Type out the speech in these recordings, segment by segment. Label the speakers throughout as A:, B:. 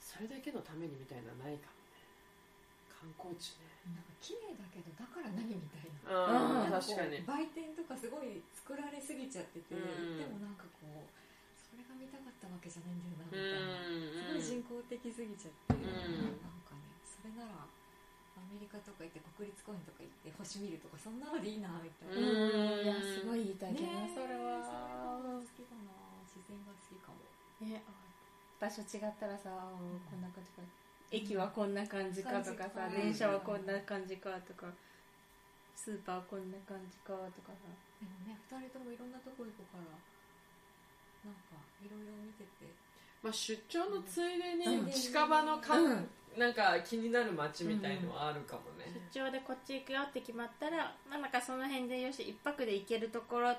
A: それだけのためにみたいなのないかもね観光地ね
B: なんか綺麗だけどだから何みたい
A: あ
B: なな
A: あ
B: んこ
A: 確かに
B: う売店とかすごい作られすぎちゃってて、
A: うん
B: でもなんかこうそれが見たかったわけじゃないんだよなみ
A: うん
B: たいな、
A: うん
B: すごい人工的すぎちゃって、
A: ん
B: なんかねそれならアメリカとか行って国立公園とか行って星見るとかそんなのでいいなみたい
A: うん
B: な、
C: いやすごいいい体験だ、
B: ねえ
C: それ
B: そういうの
C: は
B: 好きだな自然が好きかも
C: ねあ場所違ったらさあこんな感じか駅はこんな感じかとかさ
B: 感じか
C: 電車はこんな感じかとかスーパーはこんな感じかとかさ
B: でもね2人ともいろんなとこ行くからなんかいろいろ見てて
A: まあ、出張のついで
B: う
A: に
B: ん
A: 近場のか、
C: うん
A: なんか気になる街みたいのはあるかもね、
C: 出張でこっち行くよって決まったらなんかその辺でよし一泊で行けるところ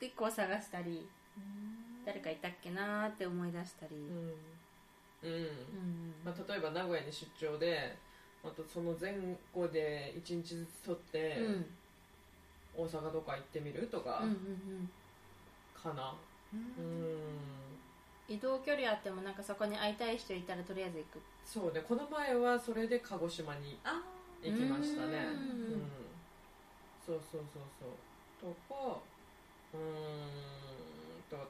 C: 結構探したり誰かいたっけなーって思い出したり、うん
A: うん、まあ、例えば名古屋に出張でまたその前後で1日ずつ取って
C: うん、うん
A: 大阪とか行ってみるとか
C: うんうん
A: かな
B: う
A: うん、
B: ん
C: 移動距離あってもなんかそこに会いたい人いたらとりあえず行く
A: そうねこの前はそれで鹿児島に
B: あ
A: 行きましたね
C: う
A: うん
C: ん、
A: そうそうそうそうとかうーんと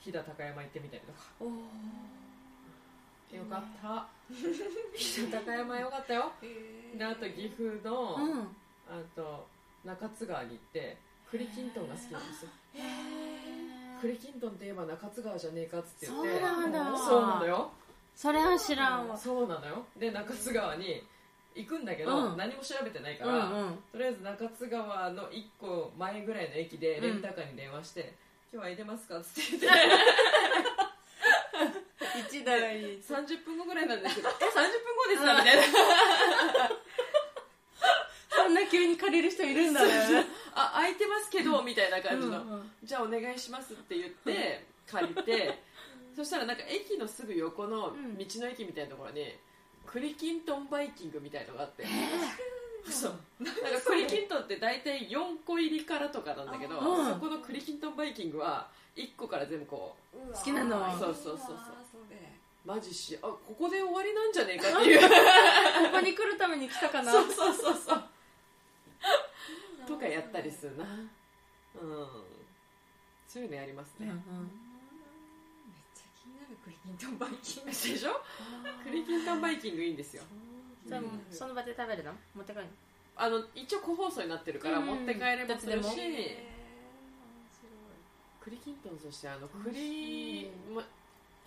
A: 飛騨高山行ってみたりとか
B: おお
A: よかった 飛騨高山よかったよであと岐阜の、
C: うん
A: あと中津川に行って栗きんとんが好きなんですよ栗きんとんって言えば中津川じゃねえかっつって言って
C: そうなんだ
A: そうなのよ
C: それは知らんわ
A: そうなのよで中津川に行くんだけど、
C: うん
A: 何も調べてないか
C: う
A: ら、
C: んうん
A: とりあえず中津川の1個前ぐらいの駅で
C: うん
A: レンタカーに電話して「今日空いてますか?」っつって言っ
C: 一台に
A: て30分後ぐらいなん ですけど「え30分後ですか?」みたいな
C: そんな急に借りる人いるんだね
A: 「あ空いてますけど」みたいな感じの、
C: うんうん
A: じゃあお願いしますって言って借りてそしたらなんか駅のすぐ横の道
C: ん
A: の駅みたいなところに栗きんとんバイキングみたいのがあってそうなんか栗きんとんって大体4個入りからとかなんだけど
C: あうん
A: そこの栗きんとんバイキングは1個から全部こ
C: 好きなのは
A: そうそうそうそう
B: そうで
A: うマジしあここで終わりなんじゃねえかって いう
C: ここに来るために来たかな
A: そうそうそうそう
B: いいな
A: とかやったりするなうんそういうのやります
C: うん
A: ね、
B: うん
C: う
B: めっちゃ気になるクリキントンバイキング
A: でしょ栗きんとんバイキングいいんですよ
C: んそれもその場で食べるの持って帰る
A: あの一応個包装になってるから
C: うん
A: 持って帰れもする
C: どっ
A: し
C: ち
A: 栗きんとんそしてあの
C: 美味し
A: 栗
C: い、
A: ま、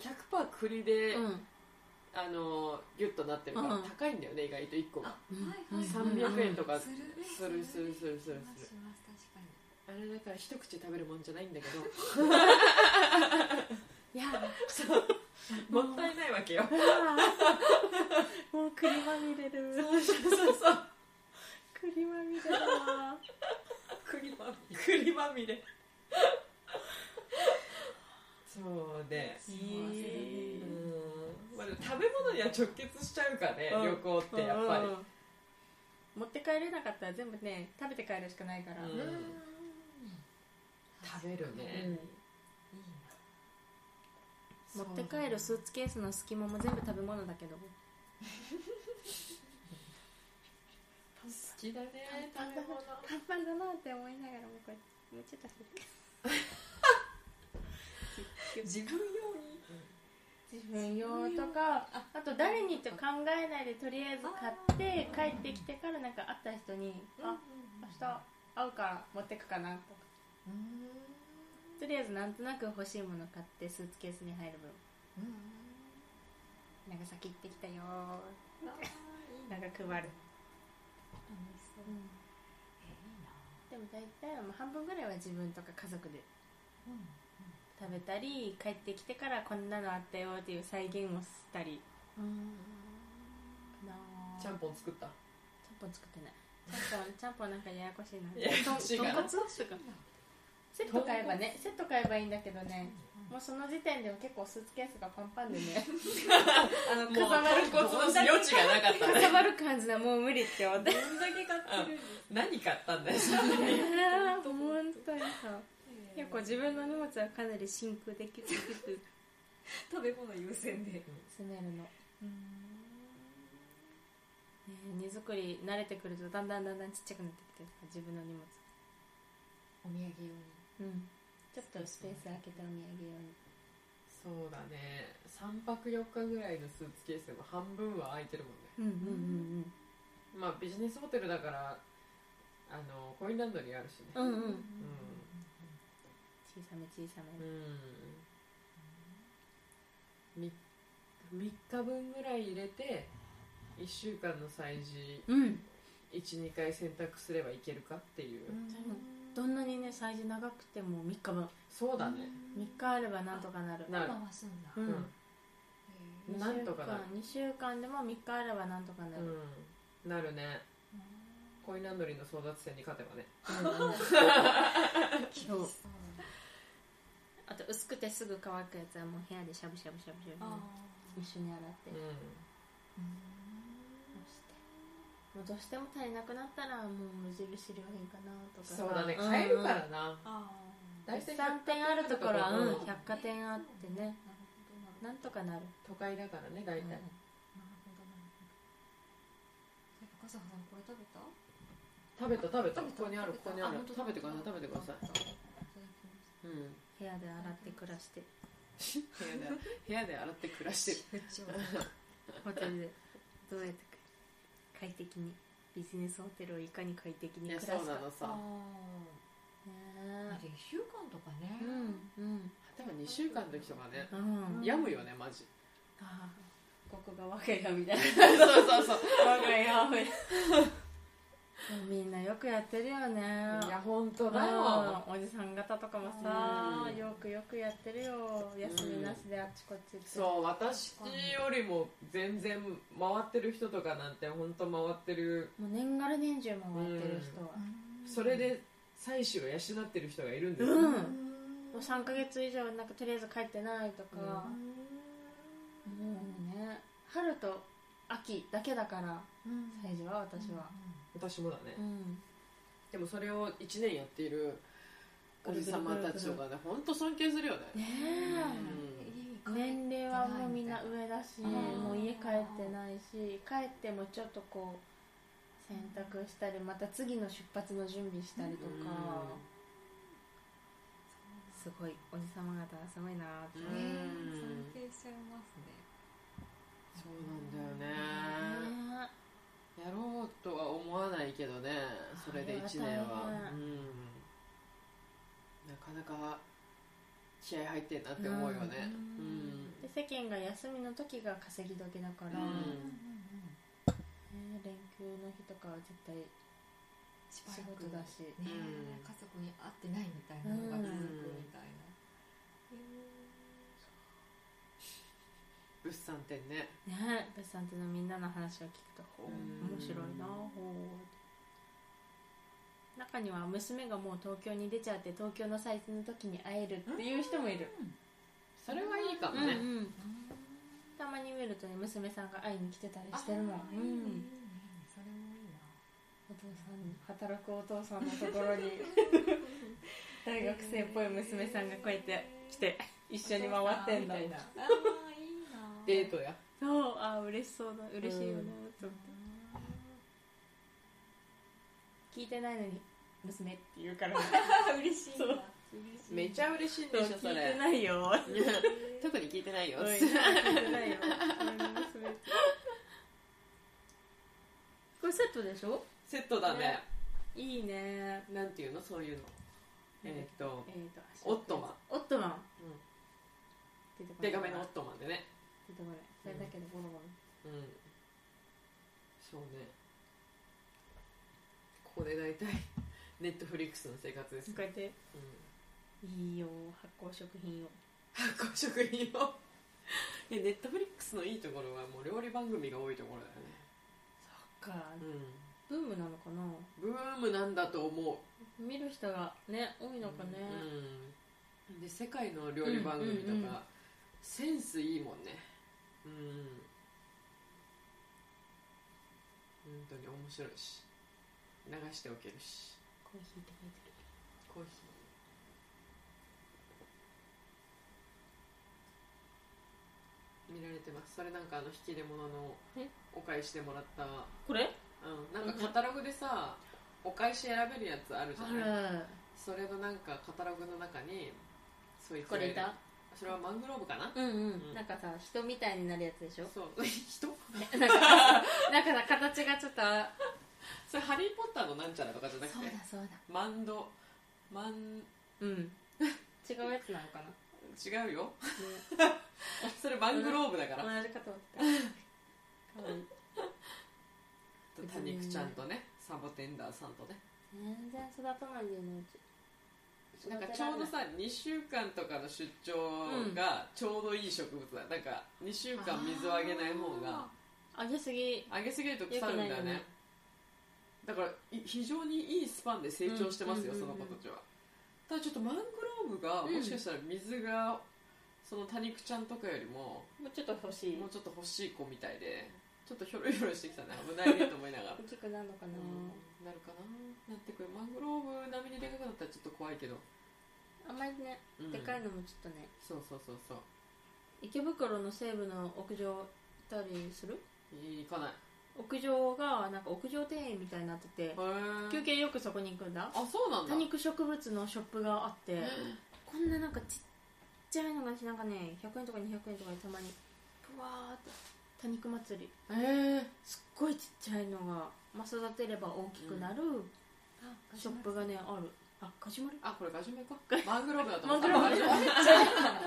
A: 100%栗で、
C: の
A: あのギュッとなってるから
C: うん
A: 高いんだよね意外と1個が
C: うん
A: 300円とか
B: す
A: す
B: る
A: るするするするする
B: します確かに
A: あれだから一口食べるもんじゃないんだけ
C: いや
A: ど もったいないわけよ
C: もう栗まみれる
A: そうそうそう
C: 栗まみれだ わ
A: 栗まみれ栗まみれそうね
B: 幸せだね
A: うん、まあ、でも食べ物には直結しちゃうからね、
C: うん
A: 旅行ってやっぱり、
C: 持って帰れなかったら全部ね食べて帰るしかないから、
A: うん食べるね、
C: うん
B: いいな
C: 持って帰るスーツケースの隙間も全部食べ物だけど
A: 好きだね食べ物
C: パンパンだなって思いながらもこうもうちょっと振る
B: 自分用に
C: 自分用とかあと誰にって考えないでとりあえず買って帰ってきてからなんか会った人に「あ明日会うから持ってくかな」とか
B: うん
C: とりあえずなんとなく欲しいもの買ってスーツケースに入る分
B: うん
C: なんか先行ってきたよ
B: あーいい
C: な
B: なん
C: か配
B: 楽
C: る、
B: しそうえいいな
C: でも大体はもう半分ぐらいは自分とか家族で
B: うん
C: 食べたり帰ってきてからこんなのあったよっていう再現をしたりかな
A: ちゃんぽん作った
C: ちゃんぽん作ってないちゃんぽんちゃんぽんなんかややこしいな
A: ややこしいかな
C: とんとんこつとかセット買えばねセット買えばいいんだけどねもうその時点でも結構スーツケースがパンパンで ねあの
A: もう
C: かさばる
A: 豚骨の余地がなかった
C: か
A: ね
C: さばる感じだもう無理って思って
B: どんだけ買ってるんです
A: 何買ったんだよ
C: 本当にさ
B: か
C: 結構自分の荷物はかなり真空できつつ
B: 食べ物優先で
C: 詰めるの、ね
B: うん
C: 荷造り慣れてくるとだんだんだんだんちっちゃくなってきてるから自分の荷物
B: お土産用に
C: うんちょっとスペース空けてお土産用に
A: そうだね3泊4日ぐらいのスーツケースでも半分は空いてるもんね
C: うんうん
A: まあビジネスホテルだからあのコインランドリーあるしね
C: うんうんうんうん
A: う
C: 小さめ小さめ、
A: うんみ3日分ぐらい入れて1週間の催事
C: うん
A: 12回選択すればいけるかっていう、
B: うん
C: どんなにね催事長くても3日分
A: そうだね
C: 3日あればなんとかなる
A: なる
B: 回すんだ
C: う
B: へ
C: ん、
B: え
C: 二週間
A: なんとかなる
C: 2週間でも3日あればなんとかなる、
A: うんなるねコインランドリーの争奪戦に勝てばね
C: そうあと薄くてすぐ乾くやつはもう部屋でしゃぶしゃぶしゃぶしゃ
B: あ
C: ぶ一緒に洗
A: う
C: って、
A: ん
C: もうどうしても足りなくなったらもう無印良品かなとかさ
A: そうだね
C: ん
A: 買えるからな
B: あ
A: 大体
C: 3店あるところは、
A: うん
C: うん、百貨店あってね
B: なるほど
C: なんとかなる、
A: 都会だからね大体
B: なるほどなるほどえ高坂さんこれ食べた
A: 食べた食べたこ
B: 食
A: こにある
B: べた
A: ここにある
B: 本当
A: 食べて
B: だ
A: ください食べてくださいう
B: あ本当だ
A: ん
C: 部屋で洗って
A: 部屋で部屋で洗って
C: 暮らして
A: 暮らしてる
B: いただきました
C: ホテルでどうやって快適にビジネスホテルをいかに快適
A: い
C: に
A: や
C: 暮らす
A: そ
C: か
A: うなの
B: あ
A: さ
B: ーま
C: ね
B: あで一週間とかね
C: えうんうん
A: 多分2週間の時とかね
C: うん
A: 病むよねマジ
C: あーここが我が家みたいな
A: そうそうそう
C: 我が家みみんなよくやってるよね
A: いや本当だよ
C: うんおじさん方とかもさ
A: うん
C: よくよくやってるよ休みなしであっちこっち行って
A: そう私よりも全然回ってる人とかなんて本当回ってる
C: もう年がら年中回ってる人は
A: それで妻子を養ってる人がいるんだよ、
C: うん
B: う
C: も
B: ん
C: う3ヶ月以上なんかとりあえず帰ってないとか
B: う、
C: もうね春と秋だけだから
B: ん
C: 最初は私は
A: 私もだね、
C: うん
A: でもそれを1年やっているおじさまたちとかね本当尊敬するよね
C: ねえ年齢はもうみんな上だし
A: あー
C: もう家帰ってないし帰ってもちょっとこう洗濯したりまた次の出発の準備したりとかすごいおじさま方はすごいなーって
A: うん
B: え尊敬しちゃいますね
A: そうなんだよね
C: ね
A: やろうとは思わないけどねそれで1年は
C: あれは大
A: う
C: 変
A: んなかなか気合入ってんなって思うよねう
B: う
A: んん
C: で世間が休みの時が稼ぎ時だから、
A: うん
C: ね連休の日とかは絶対
B: しば
C: 仕
B: らく
C: 事だし
B: ねえ家族に会ってないみたいなのが続くみたいな
A: 物産展ね
C: ね物産展のみんなの話を聞くとほう
A: うん
C: 面白いなほう中には娘がもう東京に出ちゃって東京の祭事の時に会えるっていう人もいる、
A: それはいいか
C: う
A: も
C: んう
A: ね、
C: ん、たまに見るとね娘さんが会いに来てたりしてるもん、
A: あ
C: う
A: ー
C: ん、
B: それもいいな
C: お父さん働くお父さんのとこ ろに大学生っぽい娘さんがこうやって来て一緒に回ってんの
A: みたいな
B: ああいいな
A: デートや
C: そうあー嬉しそうだ嬉しいよねと思って聞いてないのに娘って言うから ね
B: 嬉しいな
A: めちゃ嬉しいん
C: そ
A: で
C: う
A: しょそ
C: 聞いて
A: れ
C: ないよ
A: 特に聞いてないよ
C: おい聞いてないよ俺の娘ってこれセットでしょ
A: セットだね
C: ねいいね
A: なんていうのそういうのえーっと
C: えーと
A: オットマン
C: オットマン
A: う
C: 出て
A: ん
C: こない
A: デカめのオットマンでね
C: 出てこないそれだけでボロボロ
A: うんそうねここで大体 ネットフリックスの生活です、
C: こうやって
A: うん、
C: いいよ発酵食品を
A: 発酵食品をネットフリックスのいいところはもう料理番組が多いところだよね
C: そっか
A: う
C: ブームなのかなん
A: ブームなんだと思う
C: 見る人がね多いのかね、
A: うん、で世界の料理番組とか、
C: うんうんうん
A: センスいいもんねうん本当に面白いし流しておけるし
C: コーヒーって書いてる
A: コーヒー見られてますそれなんかあの引き出物の
C: え
A: お返しでもらった、う
C: これ
A: ん、なんかカタログでさお返し選べるやつあるじゃない
C: あ
A: それのなんかカタログの中にそい
C: る
A: つ
C: こ
A: が
C: れ
A: い
C: い
A: る
C: た
A: それはマングローブかな、
C: うんうん、
A: うん
C: なんかさ人みたいになるやつでし ょ
A: そう人
C: なんかなんかさ形がちょっとあ
A: それハリー・ポッターのなんちゃらとかじゃなく
C: そう
A: て
C: だそうだ
A: マンドマン
C: うん 違うやつなのか
A: 違うよ
C: な、
A: それマングローブだから、
C: ね、同じかと思ったかわいいうん
A: 多肉ちゃんとねサボテンダーさんとね
C: 全然育たないんだよねうち
A: なんかちょうどさ2週間とかの出張がちょうどいい植物だ、なんか2週間水をあげない方が
C: あげすぎ
A: あげすぎると腐るんだ
C: 良
A: よ
C: くないよ
A: ね
C: ね
A: だからい非常にいいスパンで成長してますよ、
C: うんうんうんうん
A: その子たちはただちょっとマングローブが
C: うん
A: もしかしたら水が、その多肉ちゃんとかよりも
C: もうちょっと欲しい
A: もうちょっと欲しい子みたいでちょっとひょろひょろしてきたね危ないねと思いながら
C: 大きくなるのかな、
A: なるかななってくるマングローブ並みにでかくなったらちょっと怖いけど、
C: あんまりね
A: うん
C: でかいのもちょっとね、
A: そうそうそうそう
C: 池袋の西部の屋上行ったりする
A: い行かない
C: 屋上がなんか屋上庭園みたいになってて
A: へ
C: 休
A: え
C: 憩よくそこに行くんだ
A: あそうなんだ
C: 多肉植物のショップがあってこんななんかちっちゃいのがなんかね100円とか200円とかでたまにふわーって多肉祭り
A: へえ
C: すっごいちっちゃいのが、まあ、育てれば大きくなるショップがねあるあガジュマル
A: あこれガジュマルかマングローブだと思
C: マ
A: っ
C: ン
A: た
C: グローブ
A: ガジュマル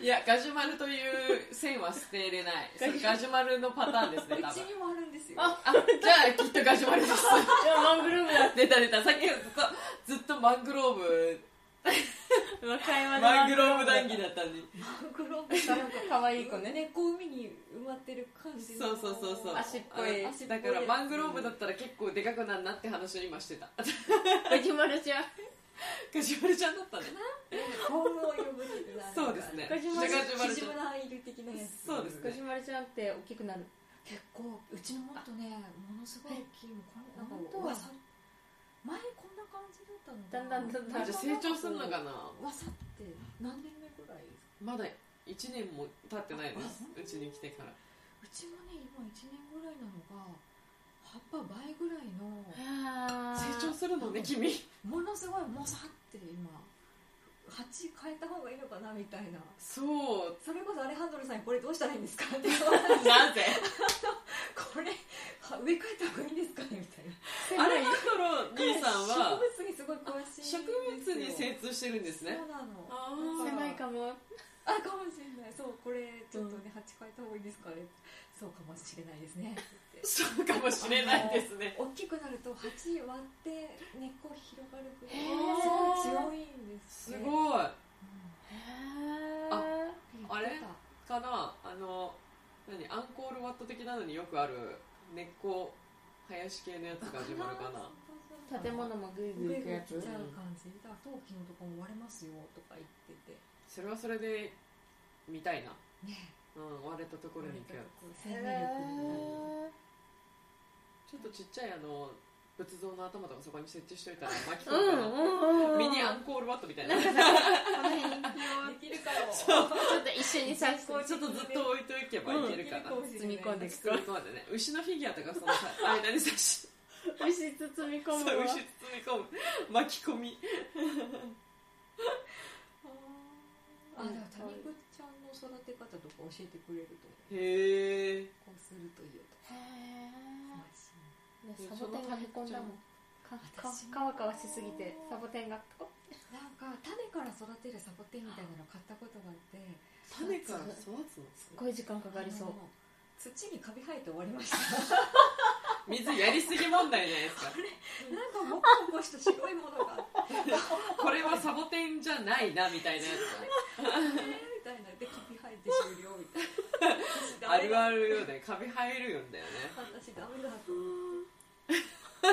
A: いやガジュマルという線は捨て入れないそれガジュマルのパターンですね
B: う
A: 多
B: ち
A: 分
B: にもあるんですよ
A: あじゃあきっとガジュマルです
C: じゃあマングローブだ
A: 出た出たさっきからずっとずっとマングローブ
C: 若いまで
A: マングローブ談義だったのに
B: マングローブなんか
C: かわいい
B: 猫
C: 子ね
B: 海に埋まってる感じの
A: そうそうそうそう
C: 足っぽい
A: あ
B: 足っぽい
A: だからマングローブだったら結構でかくなるなって話を今してた
C: ガジュマルじゃん
A: ガジュマルちゃんだったね
B: 幸運を呼ぶ的な
A: そうですね
C: ガジュマル
A: じゃあガジュマル
B: シ
A: ちゃ
B: ジ
A: ん
B: ムナイル的なやつ
A: そうです
C: ガ
A: ね
C: ジュマルちゃんって大きくなる
B: 結構うちのもっとねものすごい大きいもこのなんか
C: 本当
B: わさ前こんな感じだったの
C: だんだんだん
A: あ
C: だん
A: じゃあ成長するのかな
B: わさって何年目ぐらいですか
A: まだ1年も経ってないで
B: あ
A: す
B: 本
A: う
B: 当
A: ちに来てから
B: うちもね今1年ぐらいなのが葉っぱ倍ぐらいの
A: 成長
C: 成
A: するのね君
B: ものすごいもさって今鉢変えた方がいいのかなみたいな
A: そう
B: それこそアレハンドロさんにこれどうしたらいいんですかって
A: な ぜ
B: これは植え替えた方がいいんですかねみたいな
A: アレハンドロ兄さんは
B: 植物にすごい詳しい
A: 植物に精通してるんですね
B: そうなの
A: あ
B: ー
A: ー
C: 狭いかも
B: あかもしれないそうこれちょっとね鉢変えた方がいいですかねそうかもしれないですね
A: そうかもしれないですね
B: 大きくなると鉢割って根っこ広がるぐらい
C: へ
A: ー
B: すごい強いんです
A: す
B: ね
A: ごい
B: うん
C: あ
A: あれ
B: びっくりし
A: か
B: た
A: なあの何アンコールワット的なのによくある根っこ林系のやつが始まるかな
C: 建物もグイグイ行くや
B: 上
C: つ
B: が来ちゃう感じだから陶器のとこも割れますよとか言ってて
A: それはそれで見たいな、
B: ね
A: うん、割れたところに行くやつ
B: 生命力になる
A: ちょっとちっちゃいあの仏像の頭とかそこに設置しといたら巻き
C: う
A: 込むかな、
C: んうんうんうん
A: ミニアンコールワットみたいなちょっ
C: この辺
B: できる
C: に行くよ
B: かもそう
C: ちょっと一緒にさこう
A: とずっと置いといけばいけるかな、
B: 包
C: 包み込んでいく
A: そういうことでね牛のフィギュアとかそのさ間に差し
C: 牛包み込
A: そう
C: む
A: 牛包み込む
C: わ
A: 巻き込み
B: あでも谷口ちゃんの育て方とか教えてくれると
A: へえ
B: こうするといいよとか
C: へーね
A: え
C: サボテンがへこんだもんかか
B: 私も
C: かわかわしすぎてサボテンがポコ
B: なんか種から育てるサボテンみたいなの買ったことがあって
A: 種から育つの
C: すっごい時間かかりそう
B: あの土にカビ生えて終わりました
A: 水やりすぎ問題じゃないですか
B: なんかもこもこした白いものがあって
A: これはサボテンじゃないなみたいなや
B: みたいなでカビ生えて終了みたい
A: つ
B: な
A: あるあ
B: る
A: るよねカビ生えるんだよね
B: 私ダメだと思って
C: カ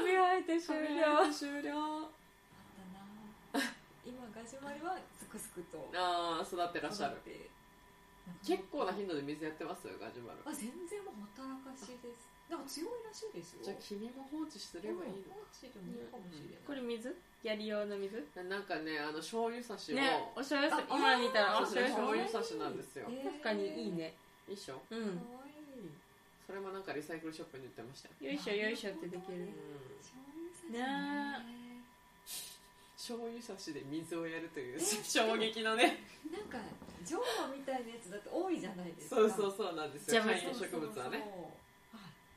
C: ビ生えて終了
A: 終了
B: あったなぁ今ガジュマルはすくすくと
A: ああ育ってらっしゃる
B: 育って
A: 結構な頻度で水やってますよガジュマル
B: あ全然もう働かしいですなんか強いらしいですよ
A: じゃあ君も放置すればいい
B: うん放置でもいいかもしれない、
C: これ水やり用の水
A: の、なんかねあの醤油差しを、
C: ねお醤油さ
B: あ
C: 今見たら
A: あ
C: お
A: そう
C: 醤
A: です
C: 油
A: 醤油
C: さ
A: 差しなんですよ
B: えー
C: 確かにいいね
A: いいっしょ
B: か
C: う
B: わ
C: ん
B: いい
A: それもなんかリサイクルショップに売ってましたよ
C: よいしょよいしょってでき
A: う
C: る
A: ん
B: 醤油差し
C: ね
A: 醤油差しで水をやるという 衝撃のね
B: なんかジョーみたいなやつだって多いじゃないですか
A: そうそうそうなんですよ
C: 邪
A: 観
C: 魔
A: 葉植物はね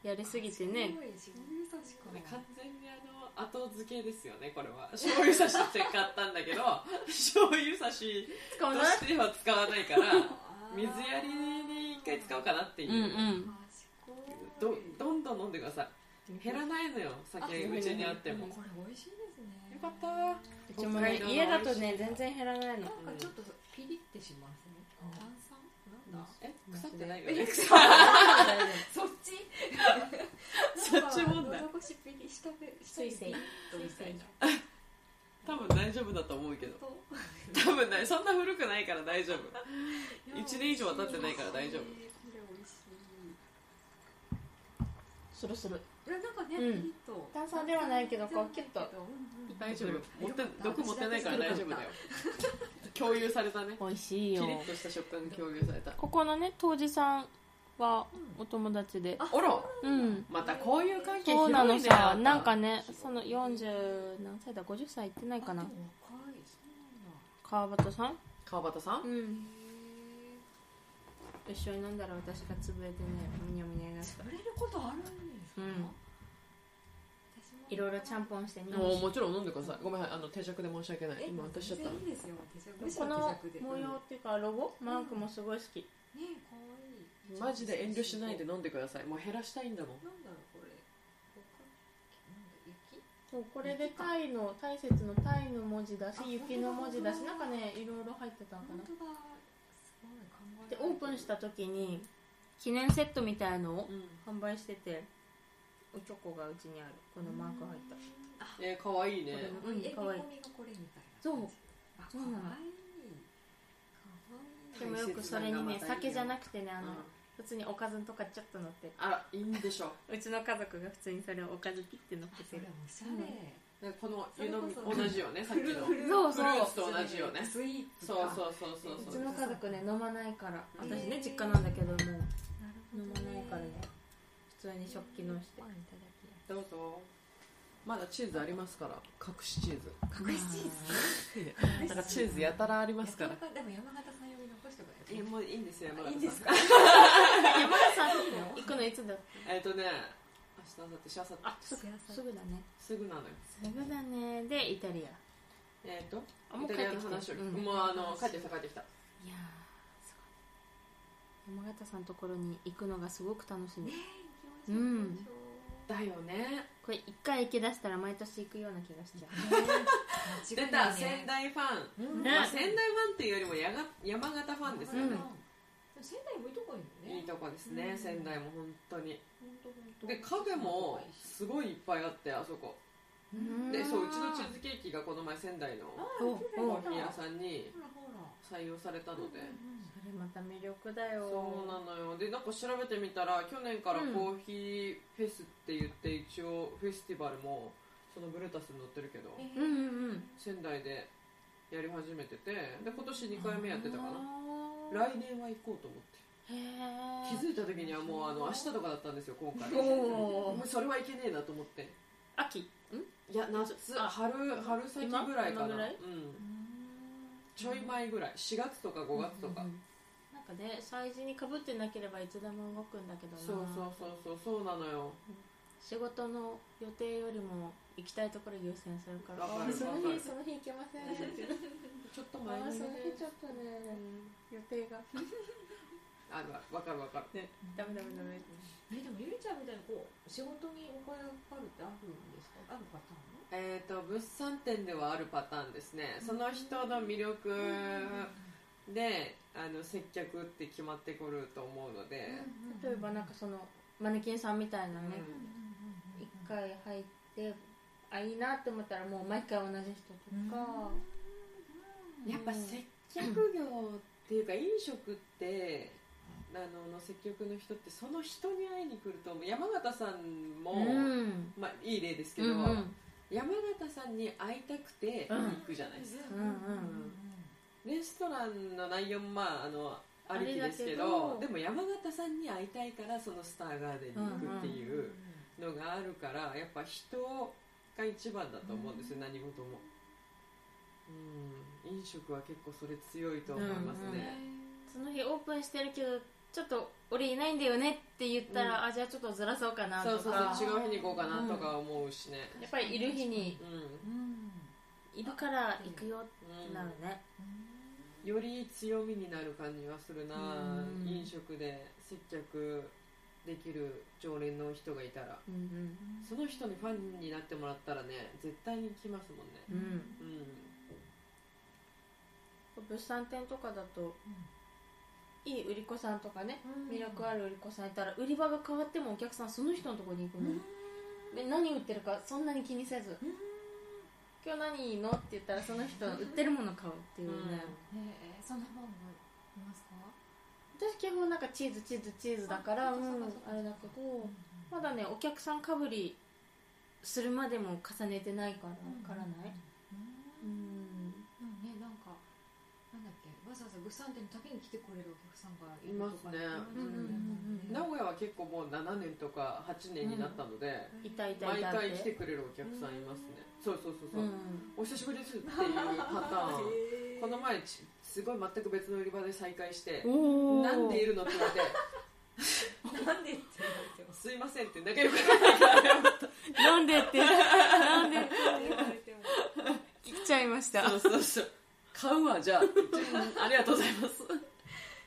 C: やりすぎてね
B: すごい醤油差しか
A: ね完全にあの後付けですよねこれ は醤油差しって買ったんだけど醤油差し
C: 使
A: と
C: わない
A: しては使わないから
B: あー
A: 水やりに一回使おうかなっていうう、
C: んうん
B: 賢
A: ど
B: い
A: どんどん飲んでください減らないのよ酒うちにあっても
B: これ美味しいですね
A: よかったー
C: うちもね家だとね全然減らないの
B: なんかちょっとピリってしますね炭酸なんだ
A: え
B: うん
A: 腐ってない よね
B: え
A: 腐っ
B: そっち
A: そっち問題
B: なんか喉越しピリしたべした
C: 水性
B: みたいな
A: 多分大丈夫だと思うけど多分ないそんな古くないから大丈夫一年以上は経ってないから大丈夫
B: これ美味しい
C: するする
B: いやなんかね、
C: うん
B: ピリッと
C: 炭酸ではないけどこうキュッと
B: うんうん
A: 大丈夫持って
B: よかった
A: 毒持ってないから大丈夫だよ共有されたね
C: 美味しい
A: キリ
C: よ
A: ッとした食感が共有された
C: ここのね当時さんはお友達で
A: おろ
C: うん
A: またこういう関係
C: そうなの
A: 広いね
C: さ
A: あた
C: なんかねその40何歳だ50歳いってないか
B: あ
C: な
B: でも若いそう
C: 川端さん
A: 川端さん
C: うん
B: なんだ
C: 一緒に飲んだら私が潰れてねむにゃむにゃになっ
B: 潰れることあるんですか、
C: うん
B: 私も
C: いろいろちゃんぽんしてね
A: もうもちろん飲んでくださいごめんあの定食で申し訳ない
B: え
A: 今渡しちゃった
B: 全然いいですよ手酌むし
C: こ
B: ろ
C: の
B: 手酌で
C: 模
B: ね
C: 様っていうかロゴマークもすごい好き
B: え可愛い
A: マジで遠慮しないで
B: なんだ
A: 飲んでくださいもう減らしたいんだもん
B: ろうこれ他なんだ雪
C: そうこれでタイの大雪のタイの文字だし
B: あ
C: 雪の文字だし
B: 本当だ
C: なんかねいろいろ入ってたんか
B: 本
C: な
B: 当だすごい考えられて
C: で
B: る
C: オープンした時に記念セットみたいのを販売してておチョコがうちにあるこのマーク入った
B: あ
A: えー、かわいいね
C: これ
B: う
C: も
B: ん、えり
C: か
B: 込
C: わいい
B: みがこれみたいな
C: そう
B: あか
C: そう
B: わ
C: なの
B: いい
C: で
B: か
A: も
C: も
B: わいい
C: よくそれにね
A: 大切なのがまたいいよ
C: 酒じゃなくてねあの、
A: うん
C: 普通におかずとかちょっと乗って
A: あらいいんでしょ
C: うちの家族が普通にそれをおかずピッて乗っけ
B: そ
C: て
B: れ
C: る
B: おしゃれ
A: でこの湯飲み
B: それこそ
A: 同じよねさっきの
C: そう
A: フルーツと同じよね
B: スイーツ
A: そう
B: う
A: そうそうそう
C: う
A: そう
C: ちの家族ね飲まないから
A: うん
C: 私ね実家なんだけども
B: なるほ
C: 飲
B: ど
C: ま
B: ね
C: ないからね普通に食器のして
B: パンいただきや
A: どうぞまだチーズありますから隠しチーズ
B: 隠しチー
A: なんかチーズやたらありますから
B: なかなかでも山形さん呼び残してくれ
A: えもういいんですよ山
B: い
A: 形さ
B: いん
A: ん
B: ですか
C: 山田さん行くのいつだ
A: えっ、とね明日明後日しあさ
C: あ
B: す
C: す
B: ぐ
C: すぐだね
A: すぐなのよ
C: すぐだねでイタリ
A: えっ、と
C: アあも
A: イ
C: う帰
A: タ
C: っ
A: リ
C: て
A: アの
C: き
A: 話
C: た
A: を聞く、
C: うんいや
A: もうあの帰ってきた帰ってきた
C: ーすごい山形さんのところに行くのがすごく楽しみ
B: ねえ行きましょう
C: う
B: 行
C: ん
B: きましょ
A: だよね
C: これ一回行き出したら毎年行くような気がしちゃう
B: う
A: 出た仙台ファン、
B: うん
C: ね
A: まあ、仙台ファンっていうよりもやが山形ファンですよ
C: う
A: ね、
B: ん仙台もいいとこいいよね
A: いいとこですね、
B: うん
A: 仙台も本当に
B: ほんとほんと
A: でカフェもすごいいっぱいあってあそこ
C: うん
A: でそううちのチーズケーキがこの前仙台の
B: ああ
C: お
B: 行けば
A: コ
B: よか
A: ー
B: った
A: ヒー屋さんに
B: ほらほら
A: 採用されたので、
C: それまた魅力だよ
A: そうなのよでなんか調べてみたら去年からコーヒーフェスって言って一応フェスティバルもそのブルータスに載ってるけど
B: え
C: うんうんうん
A: 仙台でやり始めててで今年2回目やってたかな
C: な
A: 来年は行こうと思って
C: へ
A: 気
C: え
A: づいた時にはもうあの明日とかだったんですよ今回
C: おー
A: もうそれはいけねえなと思って
C: 秋
A: いや夏
C: あ
A: 春春先ぐらいか
C: 今
A: な
C: 今ぐらい
A: うん
B: うん
A: ちょい前ぐらい4月とか5月とか、
C: うんうんなんかね催事にかぶってなければいつでも動くんだけどな
A: そうそうそうそうそうなのよ
C: 仕事の予定よりも行きたいところ優先するから
A: わかる
C: あその
A: わかる
C: 日その日行けませんあ
A: ちょっと前
C: ー
A: に
C: その日ちょっとね予定が
A: あるわかるわかる
C: ダメダメダメ
B: えでもゆりちゃんみたいにこう仕事にお金がかかるってあるんですかあるパターン
A: えー、と物産展ではあるパターンですねその人の魅力であの接客って決まってくると思うので、
C: 例えばなんかそのマネキンさんみたいなね一
B: 一
C: 回入ってあいいなって思ったらもう毎回同じ人とか
A: やっぱ接客業っていうか飲食ってあのの接客の人ってその人に会いに来ると思う山形さんも、
C: うん
A: まあ、いい例ですけ
C: う
A: ど、
C: んうん
A: 山形さんに会いたくて
C: うん
A: 行くじゃないですか、
C: うんうん
A: レストランの内容もまああのあ
C: あ
A: り
C: れ
A: き
C: だ
A: で
C: けど
A: すけどでも山形さんに会いたいからそのスターガーデンに行くっていうのがあるからやっぱ人が一番だと思うんですよ、何事もうん飲食は結構それ強いと思います
C: うんうん
A: ね、
C: その日オープンしてるけどちょっと俺いないんだよねって言ったら、
A: う
C: あじゃあちょっとずらそうかなと
A: そう
C: か
A: そうそう違う日に行こうかなとか思うしね
C: やっぱりいる日に
A: うん、
B: うん
C: いるから行くよっ
A: う
C: て
A: ん
C: なるね、
A: より強みになる感じはするな、
C: うん
A: 飲食で接客できる常連の人がいたら
C: うんうん
A: その人にファンになってもらったらね絶対に来ますもんね
C: うん
A: うん
C: 物産展とかだといい売り子さんとかね魅力ある売り子さんいたら売り場が変わってもお客さんその人のところに行くの、で何売ってるかそんなに気にせず、今日何いいのって言ったらその人売ってるもの買うっていうね、
B: えーそんな本もいますか
C: 私基本なんかチーズチーズチーズだから
B: あ
C: あ,、う
B: そ
C: ん
B: うかそうかそう、か
C: あれだけどまだねお客さんかぶりするまでも重ねてないからわからない
B: うん
C: うん
B: でもねなんかなんだっけわざわざ物産展のために来てくれるお客さんがい
A: いますね
B: るとか
C: うん
A: 名古屋は結構もう7年とか8年になったので、
C: いたいた
A: 毎
C: いたっ
A: 回来て
C: て
A: くれるお客さんいますね、そうそうそうそう、
C: うん
A: お久しぶりですっていうパターン この前ちすごい全く別の売り場で再会して「
C: おー
A: なんでいるの?」って言われて
B: なんでって言われて
A: 「
B: ます
A: すいません」って仲良く
C: なんでってなんで
B: 言われてます
C: 聞いちゃいました
A: そうそうそう買うわじゃあって言ってありがとうございます
B: へ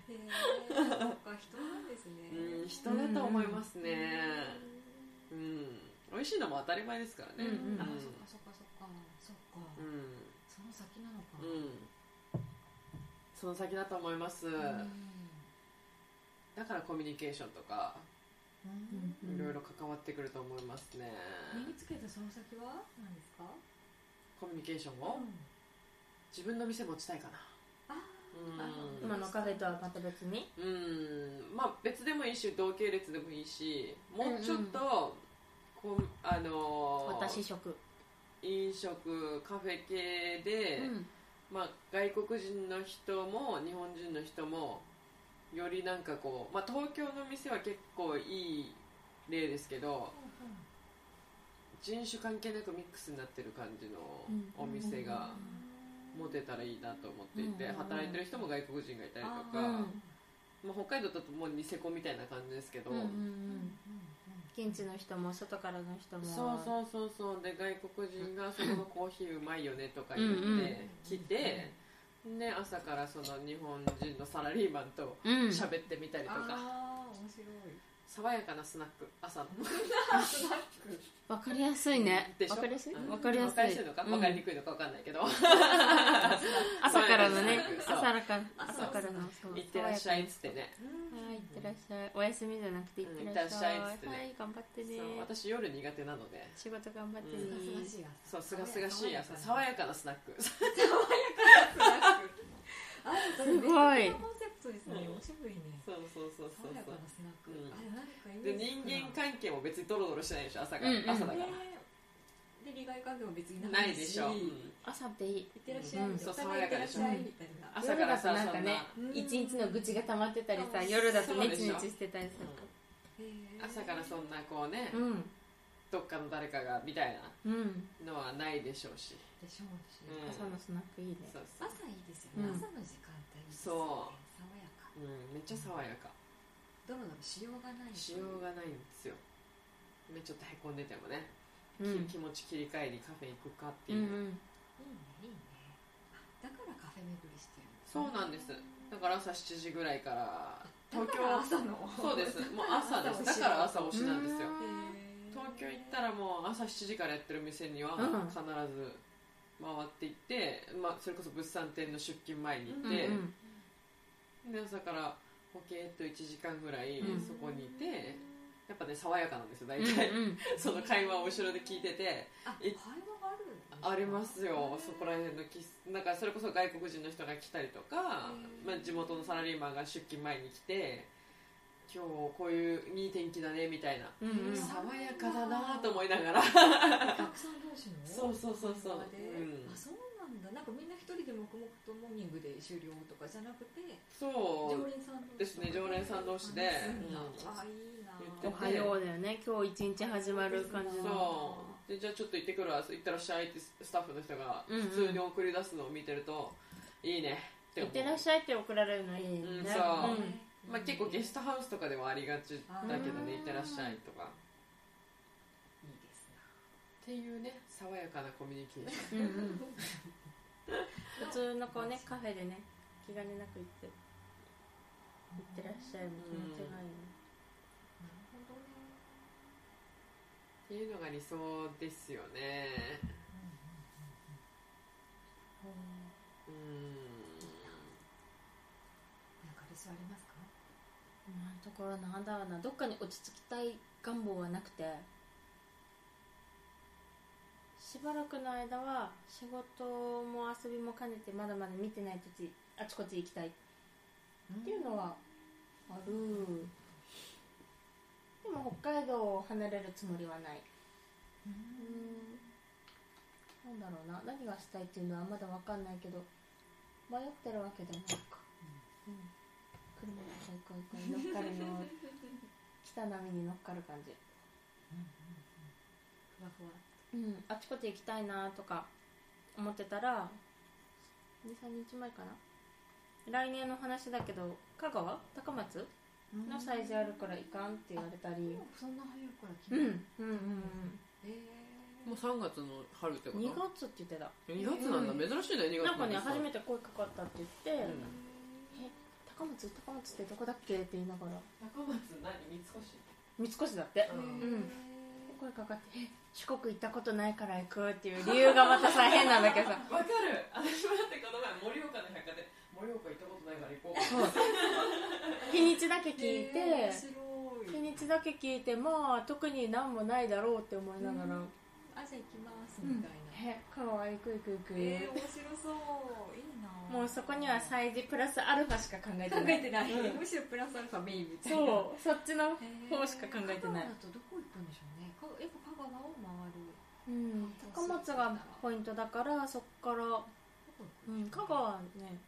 B: えなんか人なんですね
A: うん人だと思いますねうん、美味しいのも当たり前ですからね
C: うんうん
B: あ
A: う
B: ー
A: ん
B: そっかそっかそっかそっか
A: うん
B: その先なのか
A: うんその先だと思います、だからコミュニケーションとか
B: うん
C: うん
A: いろいろ関わってくると思いますね、
B: 身につけたその先は何ですか
A: コミュニケーション
B: う
A: を
B: ん
A: 自分の店持ちたいかな
B: あ
A: うん
C: 今のカフェとはまた別に
A: うんまあ別でもいいし同系列でもいいしもうちょっと、こうあのー
C: 私食
A: 飲食カフェ系で、
C: うん
A: まあ、外国人の人も日本人の人もよりなんかこう、まあ、東京の店は結構いい例ですけど人種関係なくミックスになってる感じの
C: うん
A: お店が持てたらいいなと思っていて
C: うん
A: 働いてる人も外国人がいたりとか、
B: あー
C: うん
A: まあ、北海道だともうニセコみたいな感じですけど、
C: うんうんうん現地の人も外からの人も
A: そうそうそうそうで外国人が「そこのコーヒーうまいよね」とか言っ
C: うんうん
A: て来て、ね、朝からその日本人のサラリーマンと
C: うん
A: 喋ってみたりとか、
B: ああ面白い
A: 爽やかなスナック朝の
C: わかりやすいね
A: でしょ
C: わかりやすい
A: うん
C: わかりやす
A: わ
C: い
A: かりやすいのか
C: うん
A: わかりにくいのかわかんないけど、
C: 朝からのね
A: そう
C: 朝から
A: そう
C: 朝からのそう
A: 行ってらっしゃいっつってね
C: はい行ってらっしゃいお休みじゃなくて行ってらっしゃい
A: うん行ってらっしゃいっつ
C: は
A: ってね
C: い頑張ってね
A: そう私夜苦手なので
C: 仕事頑張って
A: う
C: ね
B: すがしい朝
A: そうすがすがしい朝爽やかなスナック
B: あす
C: すごい
B: コンセプトですね
A: うん
B: おしぶりね
A: そうそうそうそ
B: 爽
A: う
B: やか
A: そう
B: なスナック
A: うん
B: あれなんかイメ
A: で
B: ージ
A: 人
B: つく
A: 間
B: な
A: 関係も別にドロドロしてないでしょ朝が、
C: うんうん
A: 朝だから、
B: ねで利害関係も別に
A: ないでしょ、うん
C: 朝っていい
B: いってらっしゃい、
C: うん
B: お互いいってらっしゃいみたいな、
A: 朝
C: 夜
A: から
C: だと
A: さ
C: なんかね
A: そん
B: うん
C: 一日の愚痴が溜まってたりさ
B: うん
C: 夜だと
A: そう
C: ネ
A: で
C: チ
A: しょ
C: ネチしてたりさ
A: な朝からそ
B: うん
A: なこうね、
C: うん
A: どっかの誰かがみたい
C: うん
A: なのはないでしょうし、
B: でしょうし、
A: うん
C: 朝のスナックいいね
A: そうそう、
B: 朝いいですよね、
C: うん
B: 朝の時間帯いいです
A: そう
B: よね爽やか
A: うん、めっちゃ爽やか
B: どのどのしようがない
A: しようがないんですよねちょっとへこんでてもね、
C: う
A: き
C: ん
A: 気持ち切り替えにカフェ行くかって
C: う
A: い
C: ん
A: う、
C: うん
B: いいねいいねあだからカフェ巡りしてる
A: そうなんですだから朝7時ぐらいから東京
B: だから朝の
A: そうです もう朝ですだ
B: 朝推し
A: から朝推しなんですよ
C: うん
A: 東京行ったらもう朝7時からやってる店には
C: うん
A: 必ず回って行って、まあ、それこそ物産展の出勤前に行って、
C: うんうん
A: で朝からポケっと1時間ぐらい
C: うん
A: そこにいて、やっぱね爽やかなんですよ大体、
C: うんうん
A: その会話を後ろで聞いてて
B: あ
A: え
B: 会話があるん
A: あります
B: う
A: よ
B: ん
A: そこら辺の喫なんかそれこそ外国人の人が来たりとか
B: うん、
A: まあ、地元のサラリーマンが出勤前に来て今日こういういい天気だねみたいな
C: うんうん
B: さ
A: 爽やかだなと思いながら
B: お客さん同士の
A: そうそうそうそう
B: 会話で
A: うん
B: あそうなんだなんかみんな一人で黙々とモーニングで終了とかじゃなくて
A: そ
B: 常
A: う
B: 連さん同士
A: ですね常連さん同士で
B: 話すんだ
A: うん
B: あいいな
A: 言って
C: おはようだよね今日一日始まる感じ
B: う
C: の
A: そうでじゃあちょっと行ってくるわ行ったらっしゃいってスタッフの人が
C: うんうん
A: 普通に送り出すのを見てると、いいねって思
C: 行っ
A: う
C: てらっしゃいって送られるのいいね
A: うん
C: ね
A: そう
B: うん
A: まあ、結構ゲストハウスとかではありがちだけどね
C: あー
A: 行ってらっしゃいとか
B: いいですね
A: っていうね爽やかなコミュニケーション
C: うん うん普通のこうねカフェでね気兼ねなく行って行ってらっしゃいも気持ちがいいね
B: なるほどね
A: っていうのが理想ですよねうーん
B: なんか理想ありますか
C: 今のところなんだろうなどっかに落ち着きたい願望はなくてしばらくの間は仕事も遊びも兼ねてまだまだ見てない土地あちこち行きたいっ
B: って
C: いうのはあるでも北海道を離れるつもりはないうんなんだろうな何がしたいっていうのはまだ分かんないけど迷ってるわけでもないか、うん車がこうこうこう乗っかるの来た波に乗っかる感じ
B: ふわふわ
C: うん、あちこち行きたいなとか思ってたら23日前かな来年の話だけど香川高松の催事あるから行かんって言われたり
B: もうそんな早くから決
C: うん
B: め
C: うん
B: る
C: うん
B: え
A: もう3月の春って
C: う
A: こ
C: ん2
A: と
C: 月って言ってた
A: 2月なんだ、
C: うん
A: 珍しいね2月
C: なんかね
A: でさ
C: 初めて声かかったって言って、
A: うん
C: 高松高松ってどこだっけって言いながら
A: 高松何三越
C: 三越だって、
A: うん
C: 声かかってえ四国行ったことないから行くっていう理由がまたさ変なんだ けどさ
A: わかる私もだってこの前盛岡の百貨店盛岡行ったことないから行こう
C: 日にちだけ聞いて、
B: 面
C: 日
B: 白い
C: にちだけ聞いてまあ特に何もないだろうって思いながら、
B: うんあじゃあ行きますみたいな
C: え香川行く行く行く、
B: えー面白そういいな
C: もうそこには
B: 考
C: 催事プラスアルファしか考えてない
B: えてない
C: うん
B: むしろプラスアルファメインみたいな
C: そうそっちの
B: へー
C: 方しか考えてない
B: 香川だとどこ行くんでしょうねかやっぱ香川を回る
C: うん高松がポイントだからそっから、
B: どこ行く
C: うん、香川はね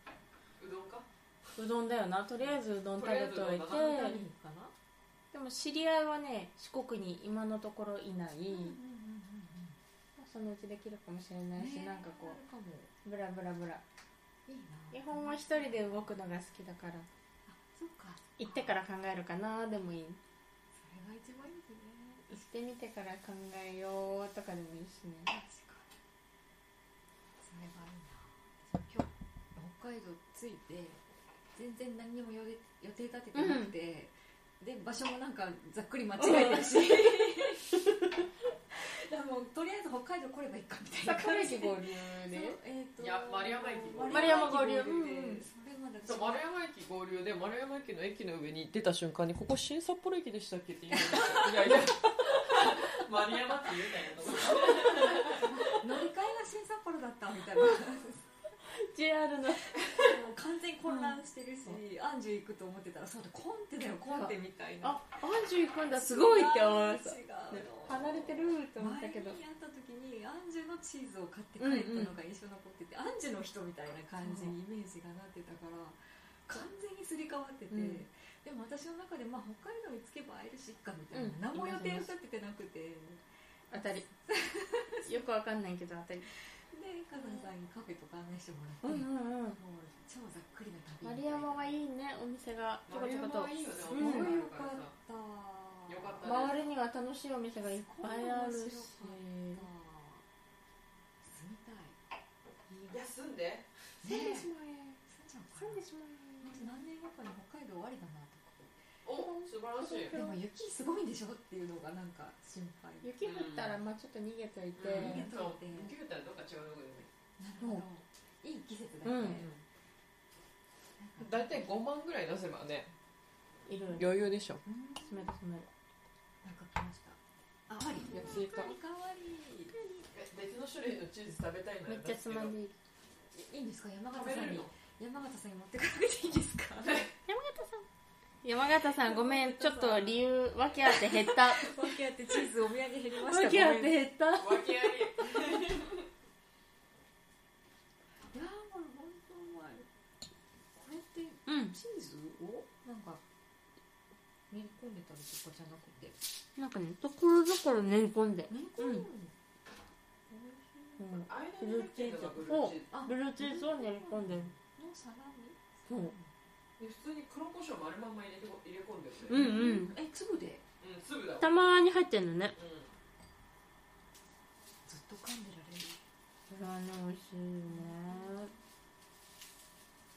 A: うどんか
C: うどんだよなとりあえずうどん食べといて
A: とりあえずうどんだ
B: 何かな
C: でも知り合いはね四国に今のところいない、
B: うんうんうん
C: そのうちできるかもしれ
B: う
C: ない
B: ん
C: し、なんかこ
B: ねあるかも
C: うブラブラブラ
B: いいな
C: 日本は一人で動くのが好きだから
B: あそっか
C: 行ってから考えるかなでもいい
B: それが一番いいですね
C: 行ってみてから考えようとかでもいいしね
B: 確かにそれがいいな今日北海道着いて全然何にも予定予定立ててなくて、で場所もなんかざっくり間違えてるし、 だからもうとりあえず北海道来ればいいかみたいな
C: 桜
B: 感じ
C: 駅合流
B: そう
C: で
B: えーと
A: いや丸山駅
B: 丸山合流で
C: 丸山合流うんうん
B: それまで
A: そう丸山駅合流で丸山駅の駅の上に出た瞬間にここ新札幌駅でしたっけって言うんですよい やいや丸山って言うたんやと思って
B: 乗り換えが新札幌だったみたいなも
C: JR の
B: う完全に混乱してるし、アンジュ行くと思ってたらそうだコンテだよコンテみたいな
C: あアンジュ行くんだすごいって思いました
B: 違う
C: ね
B: の
C: 離れてると思ったけど
B: 前に会った時にアンジュのチーズを買って帰ったのが印象に残ってて、アンジュの人みたいな感じにイメージがなってたから完全にすり替わってて、
C: うん
B: でも私の中で、まあ、北海道に着けば会えるしいっかみたいな、
C: う
B: 何
C: ん
B: も予定立ててなくて
C: 当 たりよくわかんないけど当たり
B: でカズンさんにカフェとか案内してもらって、
C: うんうんうん
B: もう超ざっくりな旅みた
C: 丸
B: いな
C: 山はいいねお店がちょこちょ
A: 丸
C: こ
A: 山
C: と
A: はいいよね
B: す
A: う
B: ご
C: ん
B: いよかった
A: よかった
C: 周りには楽しいお店がいっぱいあるし
B: すごい面白かった住みたいいいよ
A: 休んで
B: ねえ住
C: ま
B: んじゃ
C: 住ん
B: うかな
C: でしま
B: あと何年後かに北海道終わりだなとか
A: お素晴らしい
B: でも雪すごいんでしょっていうのがなんか心配
C: え雪降ったらまあちょっと逃げといて、
A: うん
B: 逃げ
A: そう受けたらどっか違うとこでもいい
B: なるほどいい季節だ
C: う
B: よ
C: ん
B: ね
A: 大体5万ぐらい出せばね
C: いろいろ
A: 余裕でしょ
B: うん
C: 詰める詰める
B: なんか来ましたあわり
A: いや着いた
B: かわり
A: え別の種類のチーズ食べたいな
C: めっちゃつまん
A: で
C: でいる
B: いいんですか山
A: 食
B: 形
A: べ
B: さ
A: れ
B: ん
A: る
B: に
A: の
B: 山形さんに持ってかなくていいです か
C: 山形さんごめんちょっと理由訳あって減った
B: 訳あってチーズお土産減りました
C: 訳あって減った
A: 訳あり
B: いやーこれ本当うまいこれって
C: うん
B: チーズをなんか練り込んでたりとかじゃなくて
C: なんかねところどころ練り込んで
B: 練り込んでるの、
C: うん
A: 間に入ってるのがブルーチーズ
B: あ
C: ブルーチーズを練り込んでる
B: のサラミ
C: そう
A: で普通に黒胡椒丸まんま入れてこ入れ込んでる
C: うん
A: ね
C: う
B: え
C: ん
B: 粒で
A: うん粒だわ
C: たまに入ってんのね
A: うん
B: ずっと噛んでられる
C: これはね美味しいよね